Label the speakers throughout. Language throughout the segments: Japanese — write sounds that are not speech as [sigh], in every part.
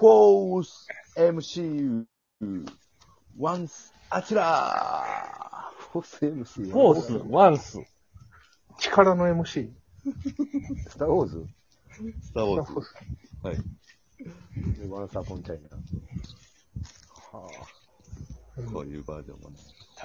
Speaker 1: Force MCU Once あちら Force MCU
Speaker 2: フォース、ワンス。
Speaker 3: 力の MC。
Speaker 1: スターウォーズ
Speaker 4: スターウォーズ。はい。
Speaker 1: ワンサポンチャイナ。
Speaker 4: こういうバージョンもね。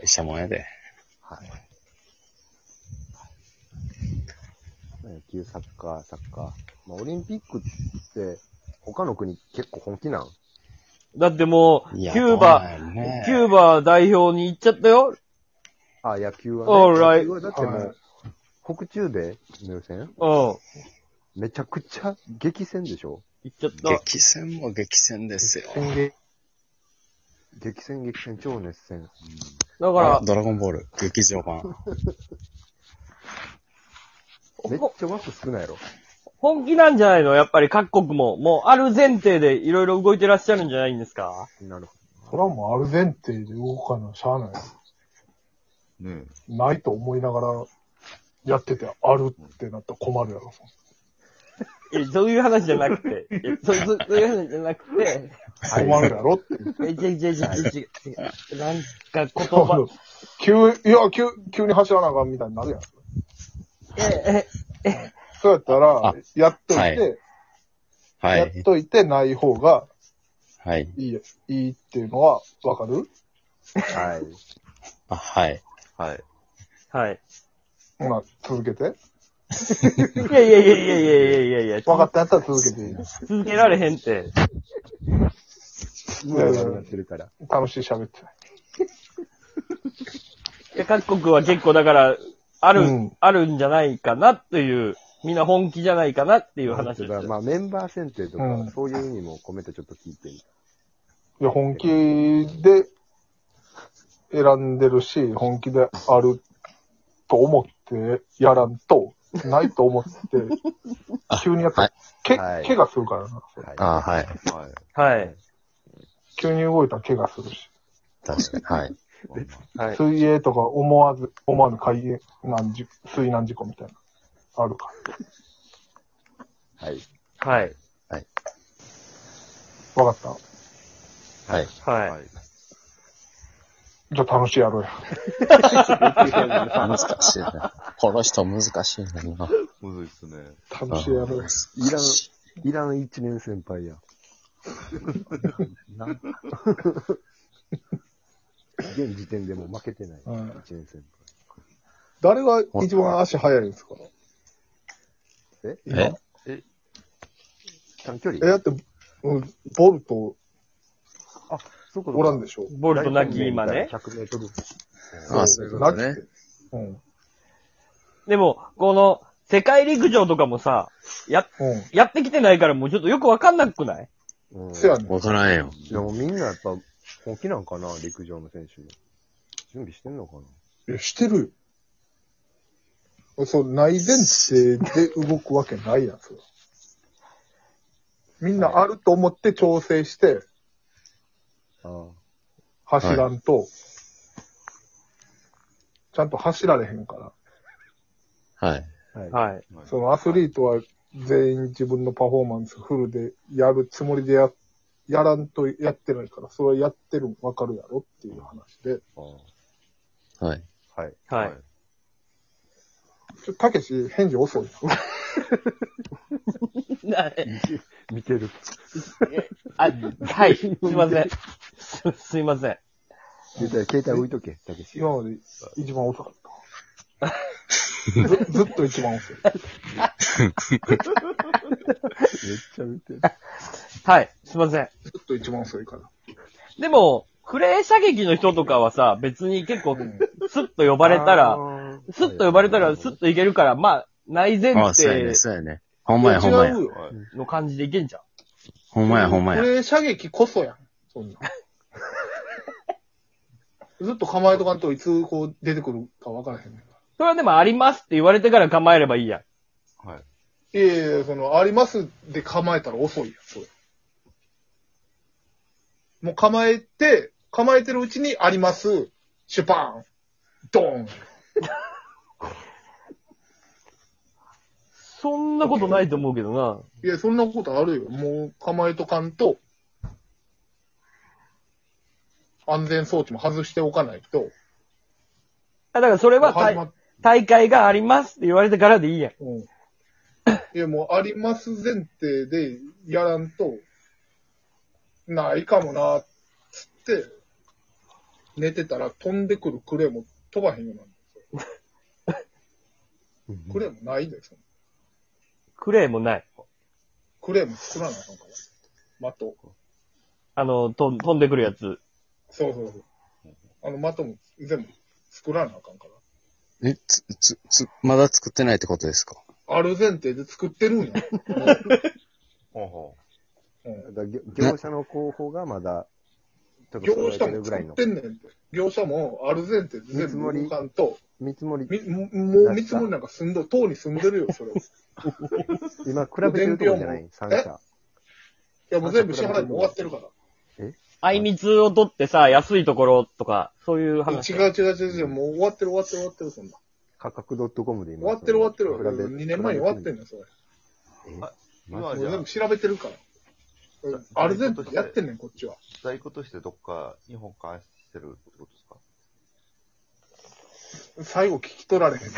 Speaker 5: 大したもんやで。
Speaker 1: はい。野球、サッカー、サッカー。まあ、オリンピックって、他の国結構本気なん
Speaker 2: だってもう、
Speaker 5: い
Speaker 2: キ
Speaker 5: や
Speaker 2: ュー
Speaker 5: どうなん
Speaker 2: バ、
Speaker 5: やろね
Speaker 2: キューバ代表に行っちゃったよ。
Speaker 1: あ、野球は、
Speaker 2: Alright
Speaker 1: 野球はだっても
Speaker 3: は
Speaker 1: う、北中での予選
Speaker 2: うん。行
Speaker 1: めちゃくちゃ激戦でしょ
Speaker 2: っちゃった。
Speaker 5: 激戦も激戦ですよ。
Speaker 3: 宣言。
Speaker 1: 激戦、激戦、超熱戦。
Speaker 2: だ
Speaker 5: あ
Speaker 2: か
Speaker 5: ドラゴンボール、劇場 [laughs] 版。
Speaker 1: め
Speaker 2: ら、
Speaker 1: っ
Speaker 2: ほ
Speaker 1: ちゃ枠少ないやろ。
Speaker 2: 本気なんじゃないのやっぱり各国も。もうある前提でいろいろ動いてらっしゃるんじゃないんですか
Speaker 1: なるほ
Speaker 3: そらもうアルゼンテで動かな、しゃあない。
Speaker 4: ね
Speaker 3: ないと思いながら、やってて、あるってなったら困るやろ。
Speaker 2: え、そういう話じゃなくて。えそうそうそういう話じゃなくて。
Speaker 3: 困るやろって。
Speaker 2: え、じゃじゃじゃじゃなんか言
Speaker 3: 多分
Speaker 2: 葉、
Speaker 3: 急、いや、急、急に走らなあかんみたいになるやん。
Speaker 2: え、
Speaker 3: そうやった
Speaker 5: あ
Speaker 3: ら、やっとい
Speaker 5: は
Speaker 3: て、
Speaker 5: は
Speaker 3: や
Speaker 5: い
Speaker 3: っ。といてない方が
Speaker 5: はい。
Speaker 3: いい、いいっていうのはわかる
Speaker 1: ど。はい。
Speaker 5: あ、はい。
Speaker 4: はい。
Speaker 2: え、はい。
Speaker 3: ほな、続けて。
Speaker 2: いやいやいやいやいやいやいやい
Speaker 3: 分か
Speaker 2: や、
Speaker 3: ったやったら続けていい。
Speaker 2: 続けられへんって。
Speaker 1: ムラムラなってるから。
Speaker 3: 楽しい喋って。
Speaker 2: いや各国は結構だから、ある、
Speaker 3: うん
Speaker 2: あるんじゃないかなという、みんな本気じゃないかなっていう話
Speaker 1: だ
Speaker 2: で
Speaker 1: から
Speaker 2: す。
Speaker 1: まあ、メンバー選定と
Speaker 3: う
Speaker 1: か
Speaker 3: ん、
Speaker 1: そういう意味も込めてちょっと聞いてみ
Speaker 3: いや、本気で選んでるし、本気であると思ってやらんと、ないと思って、急にやったら、け、
Speaker 1: はい
Speaker 3: 怪我するからな。
Speaker 1: はい。
Speaker 5: あ、はい。
Speaker 4: はい。
Speaker 2: はい。
Speaker 3: 急に動いたら怪我するし。
Speaker 5: 確かに。はい。
Speaker 1: はい。
Speaker 3: 水泳とか思わず、思わぬ海難事故、水難事故みたいな、あるか
Speaker 1: はい。
Speaker 2: はい。
Speaker 3: ら。わかっ
Speaker 5: はい。
Speaker 2: はい。
Speaker 4: はい。
Speaker 3: たじゃあ楽しいやろうや。
Speaker 5: 難しいな。この人難しいな。
Speaker 4: むずいっすね。
Speaker 3: 楽しいやろうや。
Speaker 1: いらん、いらん一年先輩や。現時点でもう負けてない。
Speaker 3: うん
Speaker 1: 一年先輩。
Speaker 3: 誰が一番足速いんですか
Speaker 5: え
Speaker 1: 短距
Speaker 3: え、
Speaker 1: 離
Speaker 3: だって、うん、ボルト
Speaker 1: そうか
Speaker 3: おらんでしょ
Speaker 2: ボルトなき今ね。
Speaker 1: 100メートル。
Speaker 5: あそういうことね。
Speaker 3: うん。
Speaker 2: でも、この、世界陸上とかもさ、や、
Speaker 3: うん。
Speaker 2: やってきてないからもうちょっとよくわかんなくない
Speaker 1: うん。
Speaker 3: せやねん。
Speaker 5: わからんよ。
Speaker 1: でもみんなやっぱ本気なんかな陸上の選手。準備してんのかない
Speaker 3: や、してるよ。そう、ない前提で動くわけないやん、それみんなあると思って調整して
Speaker 1: あ
Speaker 3: 走らんと、ちゃんと走られへんか
Speaker 5: はい。
Speaker 1: あ。はい。
Speaker 2: [laughs] はい。
Speaker 4: は
Speaker 3: ら。
Speaker 4: い
Speaker 3: そのアスリートは全員自分のパフォーマンスフルでやるつもりでや、やらんとやってないから、それやってるのわかるやろっていう話で。
Speaker 1: あ
Speaker 5: はい。
Speaker 1: あはい。
Speaker 2: はい。
Speaker 3: ちょ、たけし、返事遅いな。
Speaker 2: な
Speaker 1: 見てる。
Speaker 2: あ、はい。すいません。すすいません。
Speaker 1: 携帯、携帯置いとけ、たけし。
Speaker 3: 今まで一番遅かった。ずずっと一番遅い。
Speaker 1: めっちゃ見てる。
Speaker 2: はい。すいません。
Speaker 3: ずっと一番遅いから。
Speaker 2: でも、クレー射撃の人とかはさ、別に結構、スッと呼ばれたら、
Speaker 1: ら
Speaker 2: スッと呼ばれたら、スッといけるから、まあ、内前
Speaker 5: あ、そうや
Speaker 2: 提
Speaker 5: ね。そうやね。ほんまや、ほんまや
Speaker 3: 違。うよ
Speaker 4: はい。
Speaker 2: の感じでいけんじゃん。
Speaker 5: ほんまや、ほんまや。
Speaker 3: これ射撃こそやん。そ [laughs] んなん。ずっと構えとかんといつこう出てくるか分からへんねんか
Speaker 2: それはでもありますって言われてから構えればいいやん。
Speaker 4: はい。
Speaker 3: ら。いやいやいや、その、ありますで構えたら遅いやん、それ。もう構えて、構えてるうちにあります、シュパーン、ドーン。
Speaker 2: そんなことないと思うけどな。
Speaker 3: いや、そんなことあるよ。もう構えとかんと、安全装置も外しておかないと。
Speaker 2: だからそれは大
Speaker 3: 始まっ
Speaker 2: 大会がありますって言われてからでいいやん。
Speaker 3: うん。いや、もう、あります前提でやらんと、ないかもな、つって、寝てたら飛んでくるクレーも飛ばへんようになるんですよ。クレーもないですよ。
Speaker 2: クレーもない。
Speaker 3: クレーも作らなあかんから。的。
Speaker 2: あの、とん飛んでくるやつ。
Speaker 3: そうそうそう。あの的も全部作らなあかんか
Speaker 5: え、つ、つ、つ、まだ作ってないってことですか
Speaker 3: ら。ある前提で作ってるんや。
Speaker 4: ほうほ
Speaker 3: うん
Speaker 1: だから業業者の候補がまだ、ちょっと
Speaker 3: 業
Speaker 1: 揃え
Speaker 3: 者
Speaker 1: てる
Speaker 3: も
Speaker 1: ぐら
Speaker 3: 作
Speaker 1: い
Speaker 3: っ
Speaker 1: の。
Speaker 3: てんねんて。業者もある前提で全部動かんと、
Speaker 1: 見積もり、
Speaker 3: み、ももう見積もりなんか住んど、党に住んでるよ、そ [laughs] れ。い
Speaker 1: 今比べてるとこじゃない
Speaker 3: 伝
Speaker 1: ?3
Speaker 3: え
Speaker 1: 社。
Speaker 3: や、もう全部支払いも終わってるから。
Speaker 2: あいみつを取ってさ、安いところとか、そういう話。
Speaker 3: 違う違う違う違う、もう終わってる終わってる終わってる、そんな。
Speaker 1: 価格 .com で今。
Speaker 3: 終わってる終わってる。
Speaker 1: 比べ
Speaker 3: 2年前に終わってんだよ、それ。
Speaker 4: う。今
Speaker 3: も
Speaker 4: は
Speaker 3: う
Speaker 4: じゃ
Speaker 3: 全
Speaker 4: あ
Speaker 3: 部、調べてるから。うんアルゼンチンやってんねん、こっちは。
Speaker 4: 在庫としてどっかに保管してるってことですか
Speaker 3: 最後聞き取られ [laughs] へん。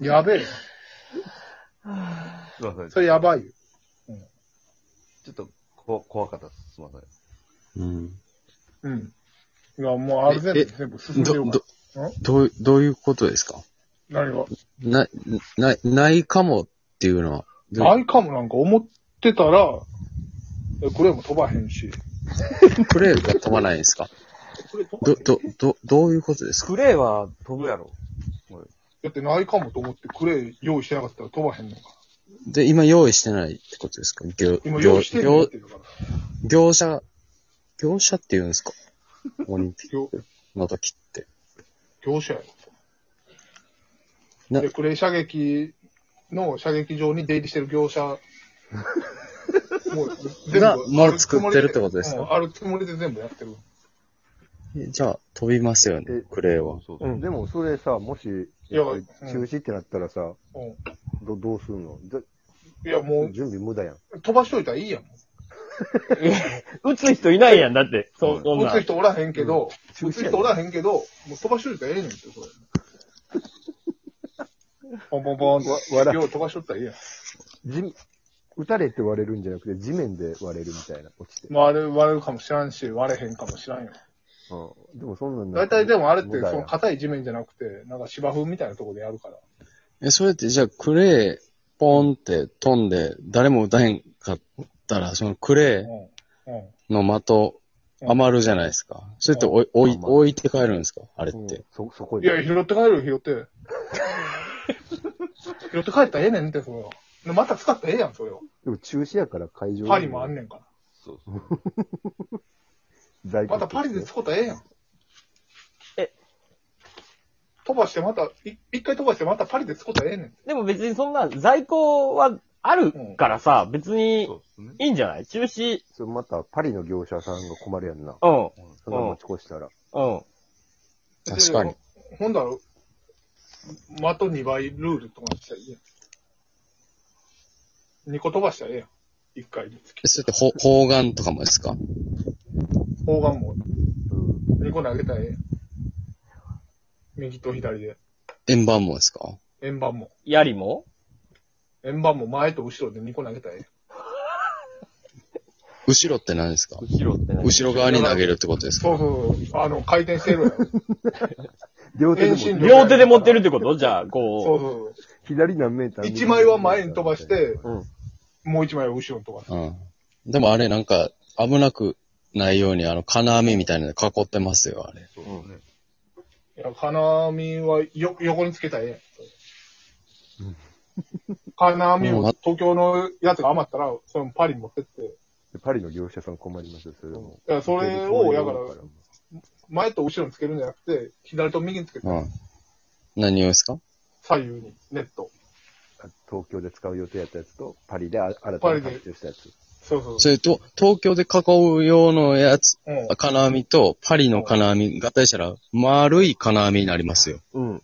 Speaker 3: やべえよ。
Speaker 4: すいません。
Speaker 3: それやばいよ。
Speaker 4: ちょっと、こ、怖かったです。すいません。
Speaker 5: うん。
Speaker 3: うん。いや、もうアルゼンチン全部進んで
Speaker 5: ど、
Speaker 3: るか。
Speaker 5: ど、どう、どういうことですから
Speaker 3: 何が
Speaker 5: な、な、ないかもっていうのは。どう
Speaker 3: ないかもなんか思ってたら、えクレーも飛ばへんし。
Speaker 5: クレーが飛ばないんですか
Speaker 3: クレー飛ばへ
Speaker 5: ど
Speaker 3: ん、
Speaker 5: ど、ど、どういうことですか
Speaker 2: クレーは飛ぶやろ。
Speaker 3: だってないかもと思ってクレー用意してなかったら飛ばへんのか。
Speaker 5: で、今用意してないってことですか業、
Speaker 3: 今用
Speaker 5: 業
Speaker 3: 意してるって言うから。
Speaker 5: 業者、業者って言うんですかオリン
Speaker 3: [laughs]
Speaker 5: ピッ
Speaker 3: 業
Speaker 5: クの時って。
Speaker 3: 業者や
Speaker 5: な
Speaker 3: ろ。で、クレー射撃の射撃場に出入りしてる業者、 [laughs] もう
Speaker 5: がもう作ってるってことですか
Speaker 3: うんあるつもりで全部やってる。
Speaker 5: えじゃあ、飛びますよね
Speaker 1: え、
Speaker 5: クレーは。
Speaker 4: そう
Speaker 2: う
Speaker 4: そう。
Speaker 1: でもそれさ、もし、
Speaker 3: や
Speaker 1: やっぱり中止ってなったらさ、
Speaker 3: うん
Speaker 1: どどうすんのだ
Speaker 3: いや、も
Speaker 1: 準備無駄やん。
Speaker 3: う飛ばしといたらいいやん。
Speaker 2: 打つ人いないやん、だって。
Speaker 4: う
Speaker 2: そ、
Speaker 4: ん
Speaker 2: そん
Speaker 3: 打
Speaker 2: な
Speaker 3: つ。人おらへんけど、
Speaker 1: うん
Speaker 3: 打つ人おらへんけど、もう飛ばしといたらええねんって、それ。ポンポンポンって、
Speaker 1: わ笑
Speaker 3: よう飛ばしとったらええやん。
Speaker 1: じ打たれて割れるんじゃなくて、地面で割れるみたいな、落ちて。
Speaker 3: 割れ、割れるかもしらんし、割れへんかもしらんよ。
Speaker 1: うん。でもそんなん
Speaker 3: 大体でもあれって、
Speaker 1: 無駄や
Speaker 3: その硬い地面じゃなくて、なんか芝生みたいなところでやるから。
Speaker 5: え、それって、じゃあ、クレー、ポンって飛んで、誰も打たへんかったら、そのクレ
Speaker 3: うん。うん。
Speaker 5: ーの的、余るじゃないですか。それっておい、おい、置いて帰るんですかあれっ
Speaker 1: うん
Speaker 5: て。
Speaker 1: そ、そこ
Speaker 3: いや、
Speaker 1: で。
Speaker 3: 拾って帰るよ、拾って。 [laughs] 拾って帰ったらええねんって、それは。でまた使ったらええやん、それを。
Speaker 1: でも中止やから会場
Speaker 3: パリもあんねんから。
Speaker 4: そうそう。
Speaker 1: 在庫
Speaker 3: またパリで使ったらええやん。
Speaker 2: え
Speaker 3: 飛ばしてまた、い一回飛ばしてまたパリで使ったらええねん。
Speaker 2: でも別にそんな在庫はあるからさ、別に
Speaker 4: そうですね。
Speaker 2: いいんじゃない中止。
Speaker 1: それまたパリの業者さんが困るやんな。
Speaker 2: うん。
Speaker 1: そんな持ち越した
Speaker 2: う
Speaker 1: ら。
Speaker 2: ん。
Speaker 5: 確かに。
Speaker 3: で。ほんだら、的2倍ルールとかにしたらいいやん。2個飛ばしたらええやん。1回につき。
Speaker 5: えそれって、ほ砲丸とかもですか
Speaker 3: 砲丸も
Speaker 1: うん。
Speaker 3: 2個投げたらええやん。右と左で。
Speaker 5: 円盤もですか
Speaker 3: 円盤も。
Speaker 2: 槍も
Speaker 3: 円盤も前と後ろで2個投げたらええ
Speaker 5: 後ろって何ですか
Speaker 2: 後ろって何
Speaker 5: 後ろ側に投げるってことです
Speaker 3: やん。
Speaker 5: か
Speaker 3: そうそうそう。あの、回転してるやん。そう
Speaker 1: 両手で
Speaker 3: 遠心
Speaker 1: も
Speaker 3: 力
Speaker 2: 両手で持ってるってことじゃあ、
Speaker 3: そ
Speaker 2: こ
Speaker 3: うそう。
Speaker 1: 左何メーター
Speaker 3: 一枚は前に飛ばして
Speaker 1: うん。
Speaker 3: もう1枚は後ろに飛ばす。
Speaker 5: うん。でもあれなんか、危なくないように、あの、金網みたいなので囲ってますよ、あれ。
Speaker 4: そうですね。
Speaker 3: いや、金網はよ、横につけたらええやん。金網を東京のやつが余ったら、それもパリに持ってって、
Speaker 1: パリの業者さん困りますよ、それも。
Speaker 3: いやそれを、やから、前と後ろにつけるんじゃなくて、左と右につけて
Speaker 5: う、ん。何をですか
Speaker 3: 左右に、ネット。
Speaker 1: 東京で使う予定やったやつと、パリで新たに発注したやつ。
Speaker 3: そうそう
Speaker 5: それと、東京で囲う用のやつ、
Speaker 3: う。うん。
Speaker 5: 金網とパリの金網合体したら、丸い金網になりますよ。
Speaker 1: うん。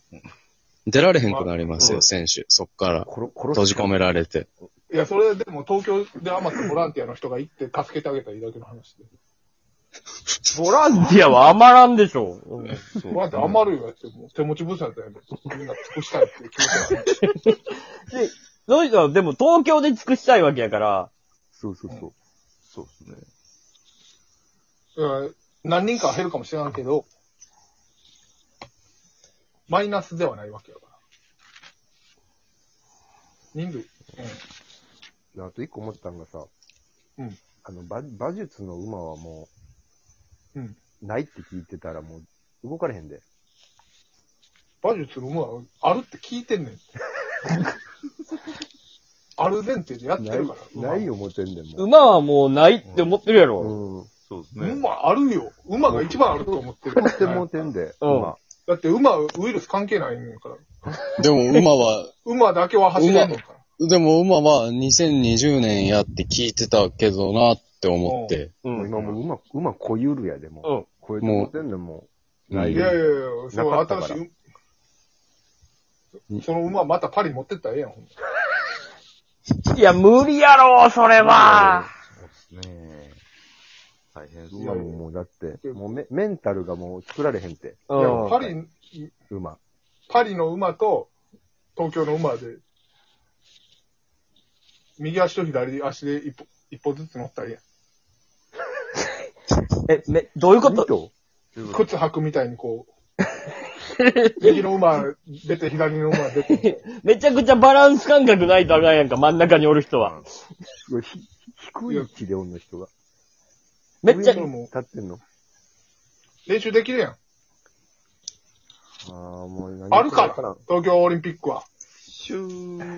Speaker 5: 出られへんくなります
Speaker 1: う
Speaker 5: よ、
Speaker 1: ん
Speaker 5: 選手。そっから。
Speaker 1: 殺
Speaker 5: 閉じ込
Speaker 1: め。
Speaker 5: められて。
Speaker 3: いや、それでも東京で余ったボランティアの人が行って助けてあげたらいいだけの話で。
Speaker 2: ボランティアは余らんでしょう。
Speaker 3: ボランティア余るよやって、もう手持ち無沙汰やねん。みんな尽くしたいっていう気持ちがある。
Speaker 2: で、その人はでも東京で尽くしたいわけやから、
Speaker 4: そうそうそう。そうですね。
Speaker 3: うん何人かは減るかもしれんけど、マイナスではないわけやから。人数、うん。
Speaker 1: であと一個思ったのがさ、
Speaker 3: うん
Speaker 1: あの、馬馬術の馬はもう、
Speaker 3: うん
Speaker 1: ないって聞いてたらもう、動かれへんで。
Speaker 3: 馬術の馬はあるって聞いて
Speaker 1: [laughs]
Speaker 3: んねん。ある前提でやって
Speaker 1: ない
Speaker 3: るから。、
Speaker 1: ないよ、思ってんでも
Speaker 2: 馬はもうないって思ってるや
Speaker 1: う。
Speaker 2: ろ。
Speaker 1: うん。
Speaker 4: そうです
Speaker 3: 馬。
Speaker 4: ね。
Speaker 3: 馬あるよ。馬が一番あると思ってる。
Speaker 1: 思ってもうてんで。
Speaker 2: うん
Speaker 1: 馬
Speaker 3: だって馬、ウイルス関係ないんやから。
Speaker 5: でも馬は、
Speaker 3: 馬だけは走れんのから。
Speaker 5: でも馬は2020年やって聞いてたけどなって思って。
Speaker 2: う。
Speaker 1: もうん今もう馬、馬こゆるやで、もう。
Speaker 2: うん。
Speaker 1: こえてもうてんでもう。
Speaker 5: もう
Speaker 1: ない
Speaker 3: い
Speaker 1: いよ
Speaker 3: やいやいや、そう、
Speaker 1: なかった
Speaker 3: 新
Speaker 1: から
Speaker 3: しい。その馬またパリ持ってったらええやん、ほんま
Speaker 2: いや、無理やろ、それは。
Speaker 4: そうですね。大変そう。
Speaker 1: 馬ももうだって、もうメメンタルがもう作られへんて、
Speaker 2: う
Speaker 3: いや
Speaker 2: ん。
Speaker 3: パリ、
Speaker 1: 馬。
Speaker 3: パリの馬と東京の馬で、右足と左足で一歩一歩ずつ乗ったらええや。
Speaker 2: え、め、どういうこ
Speaker 1: 見
Speaker 2: と
Speaker 1: と
Speaker 4: というんこと
Speaker 3: 靴履くみたいにこう、右の馬出て左の馬出て。
Speaker 2: [laughs] めちゃくちゃバランス感覚ないとあかんやんか、真ん中におる人は。
Speaker 1: すごいひ低い位置で女の人が。
Speaker 2: めっちゃ
Speaker 1: 上、に立ってんの
Speaker 3: 練習できるやん。
Speaker 1: ああ、もう何
Speaker 3: あるか
Speaker 1: わからん。、
Speaker 3: 東京オリンピックは。
Speaker 4: シュー。